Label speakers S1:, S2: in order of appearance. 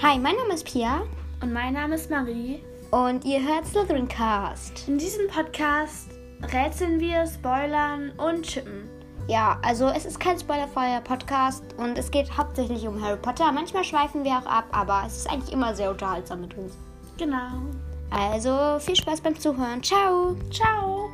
S1: Hi, mein Name ist Pia
S2: Und mein Name ist Marie.
S1: und ihr hört Slytherincast.
S2: In diesem Podcast rätseln wir, spoilern und chippen.
S1: Ja, also es ist kein spoilerfreier Podcast und es geht hauptsächlich um Harry Potter. Manchmal schweifen wir auch ab, aber es ist eigentlich immer sehr unterhaltsam mit uns.
S2: Genau.
S1: Also viel Spaß beim Zuhören. Ciao!
S2: Ciao.